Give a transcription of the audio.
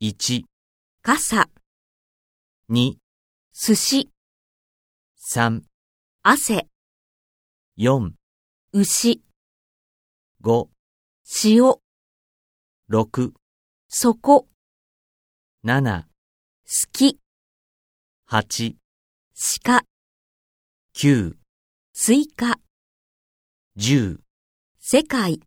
1、傘、 2、寿司、 3、汗、 4、牛、 5、塩、 6、底、 7、好き、 8、鹿、 9、スイカ、 10世界。